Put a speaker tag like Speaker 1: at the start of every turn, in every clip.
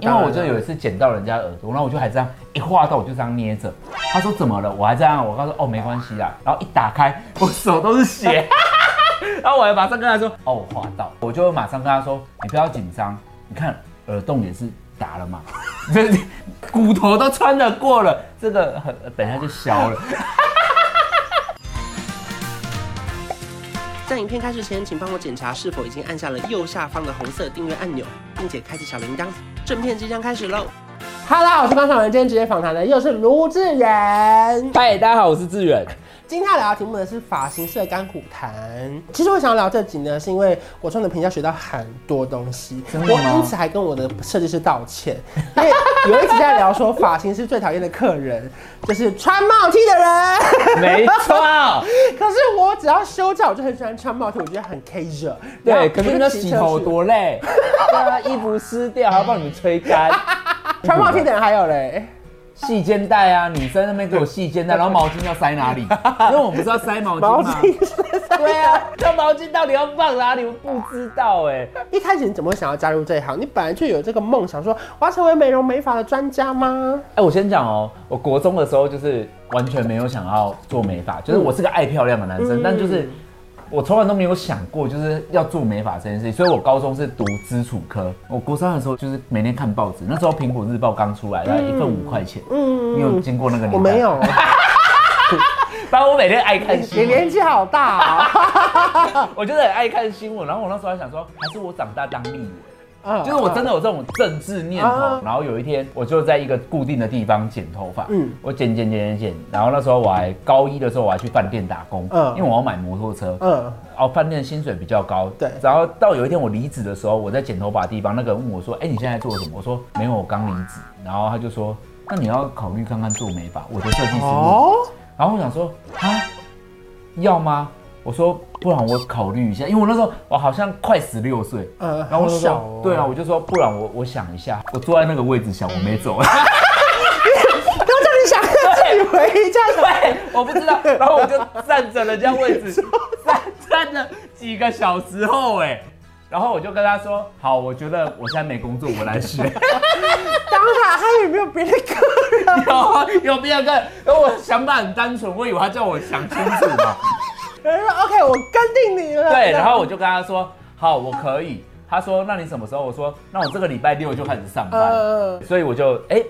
Speaker 1: 因为我就有一次剪到人家耳朵，然后我就还这样一划到，我就这样捏着。他说怎么了？我还这样，我告诉哦没关系啦。然后一打开，我手都是血， 然后我还马上跟他说哦我划到，我就马上跟他说你不要紧张，你看耳洞也是打了嘛，这 骨头都穿得过了，这个很等一下就消了。
Speaker 2: 在影片开始前，请帮我检查是否已经按下了右下方的红色订阅按钮，并且开启小铃铛。正片即将开始喽！
Speaker 3: 哈喽，大家好，我是观赏人，今天直接访谈的又是卢志远。
Speaker 4: 嗨，大家好，我是志 远。
Speaker 3: 今天要聊的题目呢是发型师的甘苦谈。其实我想要聊这集呢，是因为我从你的评价学到很多东西，
Speaker 1: 真
Speaker 3: 我
Speaker 1: 的吗
Speaker 3: 因此还跟我的设计师道歉，因为有一集在聊说发型师最讨厌的客人就是穿帽 T 的人，
Speaker 4: 没错，
Speaker 3: 可是我只要休假，我就很喜欢穿帽 T，我觉得很 casual。
Speaker 4: 对，可是那洗头
Speaker 3: 多。
Speaker 4: 多累， 对啊，衣服湿掉还要帮你们吹干，
Speaker 3: 穿帽 T 的人还有嘞，
Speaker 1: 细肩带啊，女生那边给我细肩带，然后毛巾要塞哪 里？因为我们不是要塞毛
Speaker 3: 毛
Speaker 1: 巾吗？
Speaker 3: 巾是
Speaker 4: 对啊，那毛巾到底要放哪里？我不知道
Speaker 1: 欸
Speaker 4: 哎、
Speaker 3: 一开始你怎么会想要加入这一行？你本来就有这个梦想，说我要成为美容美发的专家吗？
Speaker 1: 哎、我先讲哦，我国中的时候就是完全没有想要做美发，就是我是个爱漂亮的男生，但就是我从来都没有想过就是要做美发这件事情，所以我高中是读基础科，我国三的时候就是每天看报纸，那时候《苹果日报》刚出来，大概一份五块钱，嗯，你有经过那个年代？
Speaker 3: 我 没，有，
Speaker 1: 反正我每天爱看
Speaker 3: 你
Speaker 1: 新闻，
Speaker 3: 年纪好大哦
Speaker 1: 我哎就是很爱看新闻，然后我那时候还想说，还是我长大当立委。
Speaker 3: 哦！
Speaker 1: 就是我真
Speaker 3: 的
Speaker 1: 的有这种政治念头
Speaker 3: 啊，
Speaker 1: 然后有一天我就在一个固定的地方剪头发，嗯
Speaker 3: 嗯，
Speaker 1: 我剪剪剪剪剪，然后那时候我还高一的时候我还去饭店打工，嗯
Speaker 3: 嗯，
Speaker 1: 因为我要买摩托车，嗯，
Speaker 3: 嗯，
Speaker 1: 哦，饭店薪水比较高，
Speaker 3: 对
Speaker 1: 然后到有一天我离职的时候，我在剪头发的地方，那个人问我说，哎，你现在做什么？我说没有，我刚离职，然后他就说，那你要考虑看看做美发，我的设计师，
Speaker 3: 哦，
Speaker 1: 然后我想说啊，要吗？我说不然我考虑一下，因为我那时候我好像快十六岁，
Speaker 3: 嗯
Speaker 1: 然后我就
Speaker 3: 好
Speaker 1: 说
Speaker 3: 小哦
Speaker 1: 对啊，我就说不然我我想一下，我坐在那个位置想，我没 走，
Speaker 3: 都叫你想自己回家
Speaker 1: 对，我不知道，然后我就站着人家位 置，站站了几个小时后哎、然后我就跟他说好，我觉得我现在没工作，我来学，
Speaker 3: 当下还有没有别的客 人？
Speaker 1: 然后有必要跟，然后我想法很单纯，我以为他叫我想清楚嘛。
Speaker 3: 然后说 OK，我跟定你 了。
Speaker 1: 对，然后 我就跟他说，好，我可以。他说，那你什么时候？我说，那我这个礼拜六就开始上班。
Speaker 3: 呃，
Speaker 1: 所以我就哎、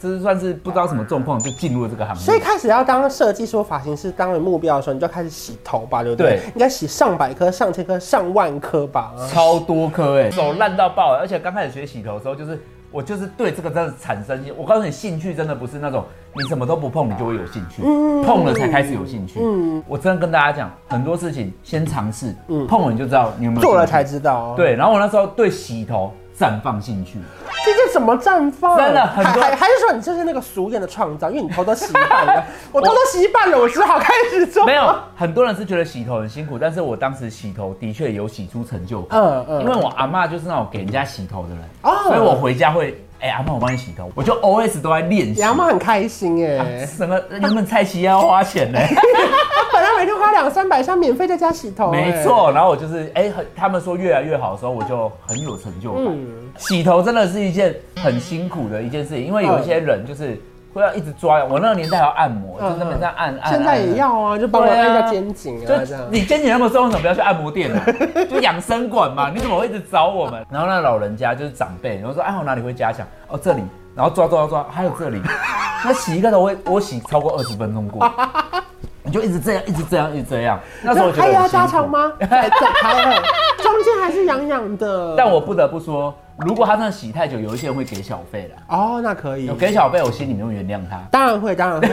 Speaker 1: 这是算是不知道什么状况就进入了这个行
Speaker 3: 所以
Speaker 1: 业。
Speaker 3: 开始要当设计师、发型师当为目标的时候，你就开始洗头吧，对不对？
Speaker 1: 对
Speaker 3: 应该洗上百颗、上千颗、上万颗吧。
Speaker 1: 超多颗哎、手烂到爆、而且刚开始学洗头的时候，就是我就是对这个真的产生，我告诉你，兴趣真的不是那种你什么都不碰你就会有兴趣，
Speaker 3: 嗯
Speaker 1: 碰了才开始有兴趣。嗯，我真的跟大家讲，很多事情先尝试，碰了你就知道你有没有
Speaker 3: 嗯做
Speaker 1: 兴
Speaker 3: 了
Speaker 1: 趣
Speaker 3: 才知道，，哦
Speaker 1: 对。然后我那时候对洗头绽放兴趣，
Speaker 3: 这是怎么绽放？
Speaker 1: 真的很多
Speaker 3: 还还还是说你这是那个俗艳的创造，因为你头都洗一 半了，我头都洗一半了，我只好开始做。
Speaker 1: 没有，很多人是觉得洗头很辛苦，但是我当时洗头的确有洗出成就感。
Speaker 3: 嗯嗯
Speaker 1: 因为我阿嬷就是那种给人家洗头的人，
Speaker 3: 哦
Speaker 1: 所以我回家会，哎、阿嬷我帮你洗头，我就 always 都在练习。
Speaker 3: 杨妈很开心耶、
Speaker 1: 什么原本蔡奇要花钱 呢、
Speaker 3: 她本来每天花两三百，像免费在家洗头、哎
Speaker 1: 没。错。然后我就是哎、很他们说越来越好的时候，我就很有成就感。
Speaker 3: 嗯
Speaker 1: 洗头真的是一件很辛苦的一件事情，因为有一些人就是会要一直抓，我那个年代还要按摩，
Speaker 3: 嗯
Speaker 1: 就是那边这样按按按。
Speaker 3: 现在也要啊，就帮我
Speaker 1: 对啊
Speaker 3: 按一下肩颈啊，这
Speaker 1: 就
Speaker 3: 样。
Speaker 1: 你肩颈那么重，为什么不要去按摩店呢、啊 就养生馆嘛，你怎么会一直找我们？然后那老人家就是长辈，然后说：“哎，我哪里会加强？哦，这里。”然后抓抓抓抓，还有这里。 那洗一个头，我我洗超过二十分钟过， 你就一直这样，一直这样，一直这样。那时候我觉得
Speaker 3: 哎还
Speaker 1: 很
Speaker 3: 要
Speaker 1: 辛苦
Speaker 3: 加长？吗？对，走开了，中间还是痒痒的。
Speaker 1: 但我不得不说，如果他这样洗太久，有一些人会给小费啦。
Speaker 3: 哦，那可以
Speaker 1: 有。给小费，我心里面会原谅他。
Speaker 3: 当然会，当然 会。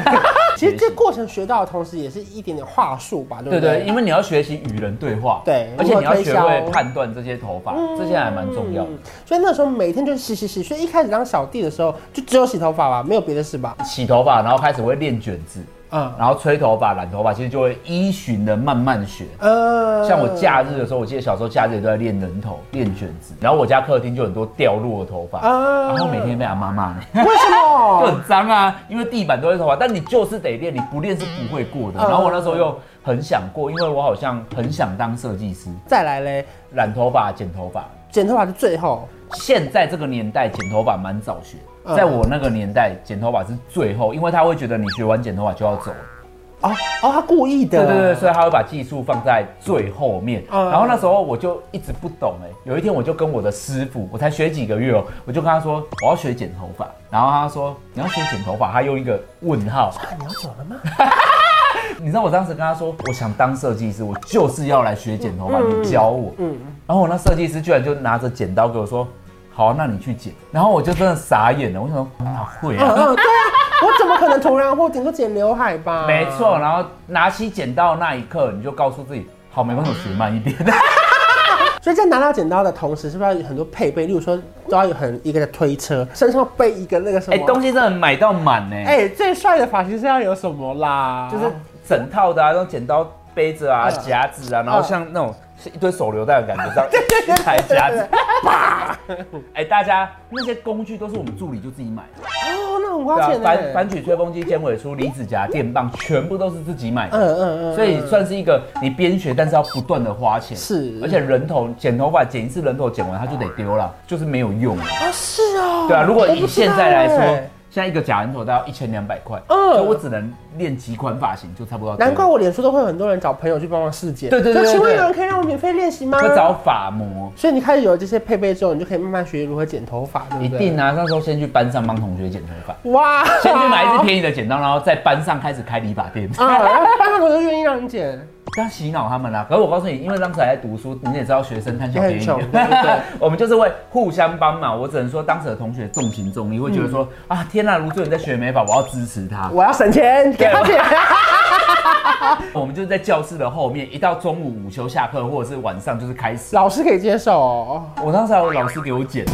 Speaker 3: 其实这过程学到的同时，也是一点点话术吧，对不
Speaker 1: 对
Speaker 3: 对？
Speaker 1: 对，因为你要学习与人对话，
Speaker 3: 对
Speaker 1: 而且你要
Speaker 3: 如何推
Speaker 1: 学
Speaker 3: 销
Speaker 1: 会判断这些头发，
Speaker 3: 嗯
Speaker 1: 这些还蛮重要的。
Speaker 3: 所以那时候每天就洗洗洗，所以一开始当小弟的时候就只有洗头发吧，没有别的事吧？
Speaker 1: 洗头发，然后开始会练卷子，
Speaker 3: 嗯
Speaker 1: 然后吹头发、染头发，其实就会依循的慢慢学。
Speaker 3: 呃
Speaker 1: 像我假日的时候，我记得小时候假日也都在练人头、练卷子，然后我家客厅就很多掉落的头发，
Speaker 3: 啊
Speaker 1: 然后每天被阿妈骂，
Speaker 3: 为 什
Speaker 1: 就
Speaker 3: 么？
Speaker 1: 很脏啊，因为地板都是头发，但你就是得练，你不练是不会过的。然后我那时候又很想过，因为我好像很想当设计师，
Speaker 3: 再来嘞，
Speaker 1: 染头发、剪头发，
Speaker 3: 剪头发是最后，
Speaker 1: 现在这个年代剪头发蛮早学，
Speaker 3: 嗯
Speaker 1: 在我那个年代剪头发是最后，因为他会觉得你学完剪头发就要走了。
Speaker 3: 哦哦，他故意的，
Speaker 1: 对对对，所以他会把技术放在最后面。
Speaker 3: 嗯
Speaker 1: 然后那时候我就一直不懂哎、有一天我就跟我的师傅，我才学几个月哦、我就跟他说我要学剪头发，然后他说你要学剪头发，他用一个问号。
Speaker 3: 啊你要走了吗？
Speaker 1: 你知道我当时跟他说我想当设计师，我就是要来学剪头发，你教我。嗯，然后我那设计师居然就拿着剪刀给我说。好、那你去剪。然后我就真的傻眼了，我想说哪会啊？
Speaker 3: 嗯嗯，对啊，我怎么可能突然或顶多剪刘海吧？
Speaker 1: 没错，，然后拿起剪刀的那一刻，你就告诉自己，好，没关系，我学慢一点。
Speaker 3: 所以在拿到剪刀的同时，是不是要有很多配备？例如说，都要有很一个的推车，身上背一个那个什么？
Speaker 1: 哎、东西真的买到满呢、
Speaker 3: 哎、最帅的发型是要有什么啦？
Speaker 1: 就是整套的啊，那种剪刀背着啊、
Speaker 3: 嗯
Speaker 1: 夹子啊，然后像那种是一堆手榴弹的感觉，这样 一台夹子，啪！哎，大家那些工具都是我们助理就自己买的，
Speaker 3: 哦，那很
Speaker 1: 对
Speaker 3: 花
Speaker 1: 啊，
Speaker 3: 钱的、
Speaker 1: 反反曲吹风机、尖尾梳、离子夹、电棒，全部都是自己买的。
Speaker 3: 嗯嗯嗯，
Speaker 1: 所以算是一个你边学，但是要不断的花钱，
Speaker 3: 是
Speaker 1: 而且人头剪头发剪一次人头剪完它就得丢了，就是没有用。
Speaker 3: 啊，是哦，
Speaker 1: 对啊，如果以
Speaker 3: 我不知
Speaker 1: 现
Speaker 3: 道
Speaker 1: 在来说
Speaker 3: 哎，
Speaker 1: 现在一个假人头大概要一千两百块，
Speaker 3: 嗯
Speaker 1: 所以我只能练几款发型，就差不多要这样。
Speaker 3: 难怪我脸书都会有很多人找朋友去帮忙试剪。
Speaker 1: 对对对
Speaker 3: 就请
Speaker 1: 对
Speaker 3: 问
Speaker 1: 对
Speaker 3: 有人可以让我免费练习吗？
Speaker 1: 会找法模，
Speaker 3: 所以你开始有这些配备之后，你就可以慢慢学如何剪头发，对
Speaker 1: 一
Speaker 3: 不对？
Speaker 1: 定啊！那时候先去班上帮同学剪头发，
Speaker 3: 哇！
Speaker 1: 先去买一 支便宜的剪刀，然后在班上开始开理发店，
Speaker 3: 啊，然后班上同学愿意让你剪，
Speaker 1: 这样洗脑他们啦。可是我告诉你，因为当时还在读书，你也知道学生贪小
Speaker 3: 也很
Speaker 1: 便宜
Speaker 3: 穷对对对，
Speaker 1: 我们就是会互相帮忙。我只能说当时的同学重情重义，会觉得说啊，天呐，卢志远在学美发，我要支持他。
Speaker 3: 我要省钱给他剪。
Speaker 1: 我们就是在教室的后面，一到中午午休下课或者是晚上就是开始。
Speaker 3: 老师可以接受 哦。
Speaker 1: 我当时还有老师给我剪的，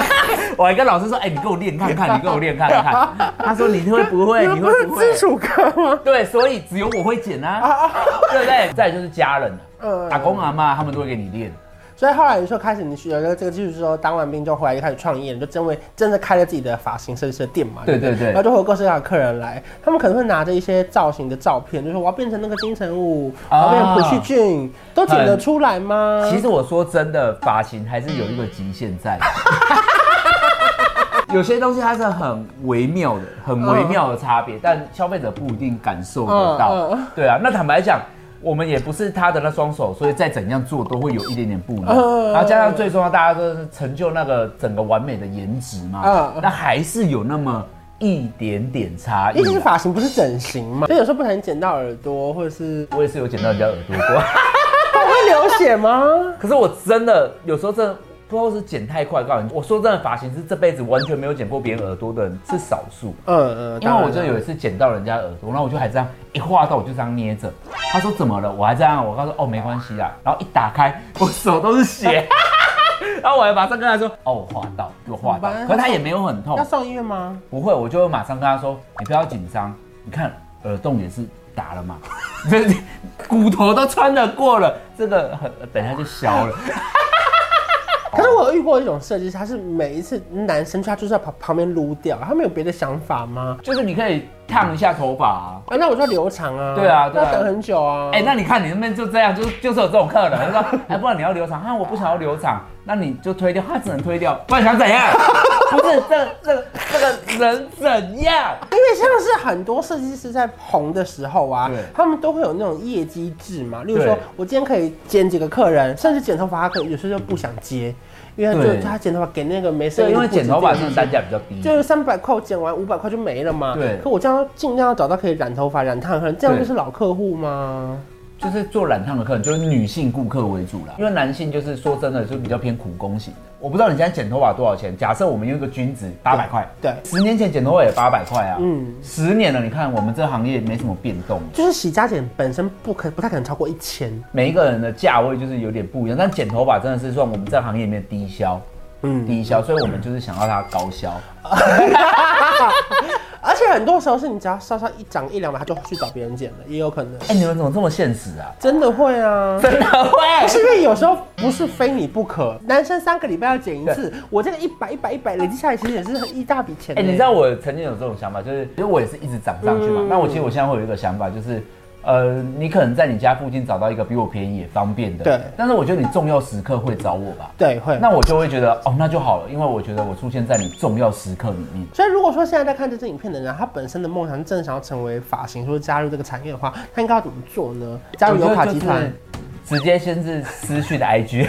Speaker 1: 我还跟老师说：“哎、你给我练看看，你给我练看看。”他说：“你会不 会？
Speaker 3: 你
Speaker 1: 你
Speaker 3: 们不
Speaker 1: 会
Speaker 3: 是
Speaker 1: 不会
Speaker 3: 自主课吗？”？
Speaker 1: 对，所以只有我会剪 啊，
Speaker 3: 啊，
Speaker 1: 对不对？再来就是家人啊，
Speaker 3: 嗯
Speaker 1: 打工阿妈他们都会给你练。
Speaker 3: 所以后来你说开始你学了这个技术之后，当完兵之后回来就开始创业，你就真为真的开了自己的发型设计师的店嘛？
Speaker 1: 对
Speaker 3: 不
Speaker 1: 对对
Speaker 3: 然后就会有各式各样的客人来，他们可能会拿着一些造型的照片，就说我要变成那个金城武，我
Speaker 1: 啊
Speaker 3: 要变成朴叙俊，都剪得出来吗？
Speaker 1: 其实我说真的，发型还是有一个极限在 的。有些东西它是很微妙的，很微妙的差别，但消费者不一定感受得
Speaker 3: 嗯
Speaker 1: 到
Speaker 3: 嗯。
Speaker 1: 对啊，那坦白讲，我们也不是他的那双手，所以再怎样做都会有一点点不一样
Speaker 3: 嗯。
Speaker 1: 然后加上最重要，大家都是成就那个整个完美的颜值
Speaker 3: 嗯
Speaker 1: 嘛
Speaker 3: 嗯，
Speaker 1: 那还是有那么一点点差异
Speaker 3: 毕竟是
Speaker 1: 啊。
Speaker 3: 发型，不是整形嘛，所以有时候不小心剪到耳朵，或者是
Speaker 1: 我也是有剪到人家耳朵过。
Speaker 3: 会流血吗？
Speaker 1: 可是我真的有时候真的不知道是剪太快，告诉你，我说真的，发型是这辈子完全没有剪过别人耳朵的人是少数。
Speaker 3: 嗯嗯，
Speaker 1: 因为我
Speaker 3: 当
Speaker 1: 就
Speaker 3: 然
Speaker 1: 有一次剪到人家耳朵，然后我就还这样一画到我就这样捏着，他说怎么了？我还这样，我告诉哦没关系啦，然后一打开我手都是 血，然后我还马上跟他说哦我划到，我划到，可是他也没有很痛
Speaker 3: 要，送医院吗？
Speaker 1: 不会，我就会马上跟他说你不要紧张，你看耳洞也是打了嘛， 这骨头都穿得过了，这个很等一下就消了。
Speaker 3: 可是我有遇过一种设计师，他是每一次男生去他就是要旁旁边撸掉，他们有别的想法吗？
Speaker 1: 就是你可以烫一下头发、啊。
Speaker 3: 啊，那我就留长啊。
Speaker 1: 对啊对啊
Speaker 3: 那等很久啊。
Speaker 1: 哎、那你看你那边就这样，就就是有这种客人，他说， 哎、不然你要留长，啊，我不想要留长，那你就推掉，他只能推掉，不然想怎样？不是这这这个人怎样？
Speaker 3: 因为像是很多设计师在红的时候啊
Speaker 1: 对，
Speaker 3: 他们都会有那种业绩制嘛，例如说
Speaker 1: 对
Speaker 3: 我今天可以兼几个客人，甚至剪头发，他可有时候就不想接，因为他就
Speaker 1: 对
Speaker 3: 就他剪头发给那个没生
Speaker 1: 对，
Speaker 3: 意
Speaker 1: 因
Speaker 3: 的
Speaker 1: 为
Speaker 3: 布置
Speaker 1: 剪头发
Speaker 3: 店
Speaker 1: 是单价比较低，
Speaker 3: 就是三百块我剪完五百块就没了嘛。
Speaker 1: 对
Speaker 3: 可我这样尽量要找到可以染头发、染烫的客人，这样
Speaker 1: 对
Speaker 3: 就是老客户吗？
Speaker 1: 就是做染烫的客人，就是女性顾客为主啦。因为男性就是说真的，就比较偏苦工型的。我不知道你现在剪头发多少钱？假设我们用一个均值八百块，
Speaker 3: 对
Speaker 1: 十年前剪头发也八百块啊，嗯
Speaker 3: 嗯，
Speaker 1: 十年了，你看我们这行业没什么变动。
Speaker 3: 就是洗加剪本身不可不太可能超过一千，
Speaker 1: 每一个人的价位就是有点不一样，但剪头发真的是算我们这行业里面低消，
Speaker 3: 嗯，
Speaker 1: 低消，所以我们就是想要它高消。
Speaker 3: 而且很多时候是你只要稍稍一涨一两百，他就去找别人剪了，也有可能。
Speaker 1: 哎、你们怎么这么现实啊？
Speaker 3: 真的会啊，
Speaker 1: 真的会
Speaker 3: 不是因为有时候不是非你不可，男生三个礼拜要剪一次，我这个一百一百一百累积下来，其实也是一大笔钱
Speaker 1: 哎、嗯
Speaker 3: 呢、
Speaker 1: 你知道我曾经有这种想法，就是因为我也是一直涨上去嘛。那我其实我现在会有一个想法，就是呃，你可能在你家附近找到一个比我便宜也方便的，
Speaker 3: 对
Speaker 1: 但是我觉得你重要时刻会找我吧，
Speaker 3: 对，会。
Speaker 1: 那我就会觉得哦，那就好了，因为我觉得我出现在你重要时刻里面。
Speaker 3: 所以如果说现在在看这支影片的人啊，他本身的梦想是真的想要成为发型，或者加入这个产业的话，他应该要怎么做呢？加入油卡集团，，
Speaker 1: 直接先是私讯的 IG。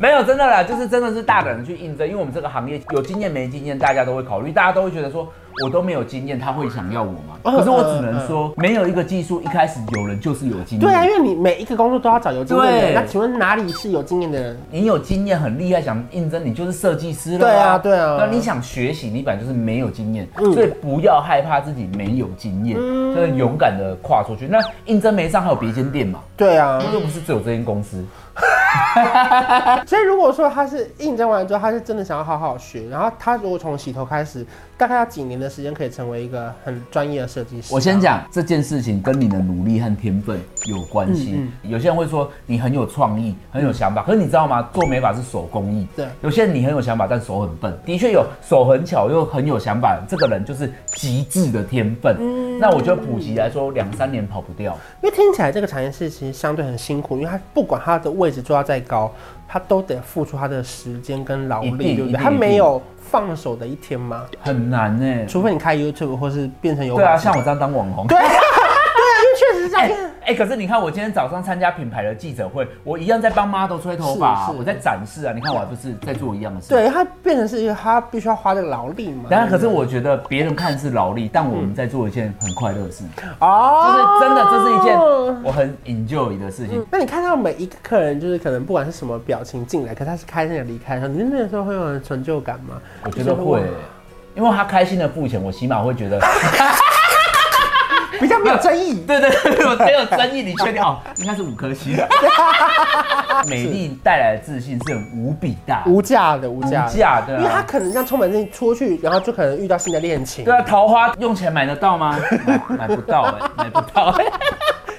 Speaker 1: 没有，真的啦，就是真的是大胆的去应征，因为我们这个行业有经验没经验，大家都会考虑，大家都会觉得说，我都没有经验，他会想要我吗？
Speaker 3: 哦
Speaker 1: 可是我只能说，没有一个技术一开始有人就是有经验。
Speaker 3: 呃对啊，因为你每一个工作都要找有经验的人。
Speaker 1: 对
Speaker 3: 那请问哪里是有经验的人？
Speaker 1: 你有经验很厉害，想应征你就是设计师了、
Speaker 3: 对啊对啊
Speaker 1: 那你想学习，你本来就是没有经验，
Speaker 3: 嗯
Speaker 1: 所以不要害怕自己没有经验，就是勇敢的跨出去。那应征没上还有别间店嘛，
Speaker 3: 对啊，
Speaker 1: 又不是只有这间公司。
Speaker 3: 所以如果说他是应征完之后，他是真的想要好好学，然后他如果从洗头开始，大概要几年的时间可以成为一个很专业的设计师？啊
Speaker 1: 我先，讲这件事情跟你的努力和天分有关系。
Speaker 3: 嗯
Speaker 1: 有些人会说你很有创意，很有想法，可是你知道吗？做美发是手工艺。
Speaker 3: 对
Speaker 1: 有些人你很有想法，但手很笨。的确有手很巧又很有想法，这个人就是极致的天分。
Speaker 3: 嗯
Speaker 1: 那我觉得普及来说，两三年跑不掉。
Speaker 3: 因为听起来这个产业是其实相对很辛苦，因为他不管他的位置做到再高，他都得付出他的时间跟劳
Speaker 1: 一
Speaker 3: 力，
Speaker 1: 定
Speaker 3: 对不
Speaker 1: 一
Speaker 3: 对？
Speaker 1: 定
Speaker 3: 他没有放手的一天吗？
Speaker 1: 很难呢、
Speaker 3: 除非你开 YouTube 或是变成有
Speaker 1: 对啊，像我这样当网红。
Speaker 3: 对啊，对啊，因为确实是 这
Speaker 1: 哎、
Speaker 3: 样。
Speaker 1: 哎可是你看，我今天早上参加品牌的记者会，我一样在帮 model 吹头发、
Speaker 3: 是是
Speaker 1: 我在展示啊。你看，我还不是在做一样的事。
Speaker 3: 对，他变成是一个他必须要花这个劳力嘛。
Speaker 1: 当然，
Speaker 3: 对
Speaker 1: 可
Speaker 3: 不
Speaker 1: 是
Speaker 3: 对
Speaker 1: 我觉得别人看似劳力，但我
Speaker 3: 嗯
Speaker 1: 们在做一件很快乐的事，就
Speaker 3: 哦，嗯
Speaker 1: 是真的，这是一件我很 enjoy 的事情。
Speaker 3: 那你看到每一个客人，就是可能不管是什么表情进来，可是他是开心的离开的时候，你那时候会有很成就感吗？
Speaker 1: 我觉得会
Speaker 3: 就是，
Speaker 1: 因为他开心的付钱，我起码会觉得，。
Speaker 3: 会比较没有争议
Speaker 1: 对对对，我没有争议，你确定哦？应该是五颗 星。美丽带来的自信是很无比大，
Speaker 3: 无价的，无价的，
Speaker 1: 无价的啊
Speaker 3: 因为他可能这样充满自信出去，然后就可能遇到新的恋情。
Speaker 1: 对啊，桃花用钱买得到吗？买买不到哎、买不到、欸。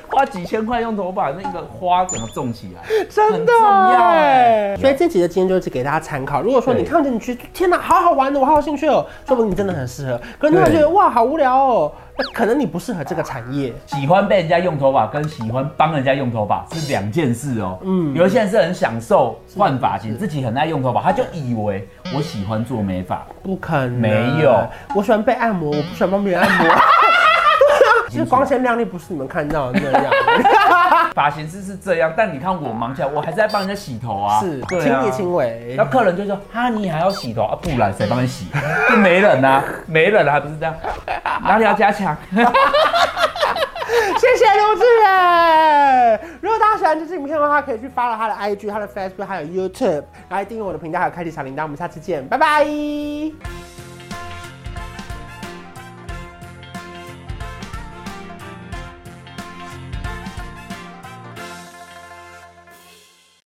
Speaker 1: 花几千块用头把那个花怎么种起来？
Speaker 3: 真
Speaker 1: 很
Speaker 3: 的
Speaker 1: 重要
Speaker 3: 哎、
Speaker 1: 哎
Speaker 3: 所以这集的今天就是给大家参考。如果说你
Speaker 1: 对
Speaker 3: 看着你觉得天哪，好好玩的，我好有兴趣哦，说不定你真的很适合。可是你会觉得哇，好无聊哦，那可能你不适合这个产业。
Speaker 1: 喜欢被人家用头发跟喜欢帮人家用头发是两件事哦。嗯，有一些人是很享受换发型，自己很爱用头发，他就以为我喜欢做美发，
Speaker 3: 不可能，
Speaker 1: 没有。
Speaker 3: 我喜欢被按摩，我不喜欢帮别人 按摩。 其实光鲜亮丽不是你们看到的那样，
Speaker 1: 发型师是这样，但你看我忙起来，我还是在帮人家洗头啊，
Speaker 3: 是
Speaker 1: 对
Speaker 3: 亲
Speaker 1: 啊
Speaker 3: 力亲为
Speaker 1: 那。客人就说：“哈，你还要洗头啊？不然谁 帮你洗？就没人啊，没人了、还不是这样？哪里要加强？
Speaker 3: 谢谢刘志远。如果大家喜欢这支影片的话，可以去 follow 他的 IG、他的 Facebook，还有 YouTube，然后订阅我的频道，还有开启小铃铛。我们下次见，拜拜。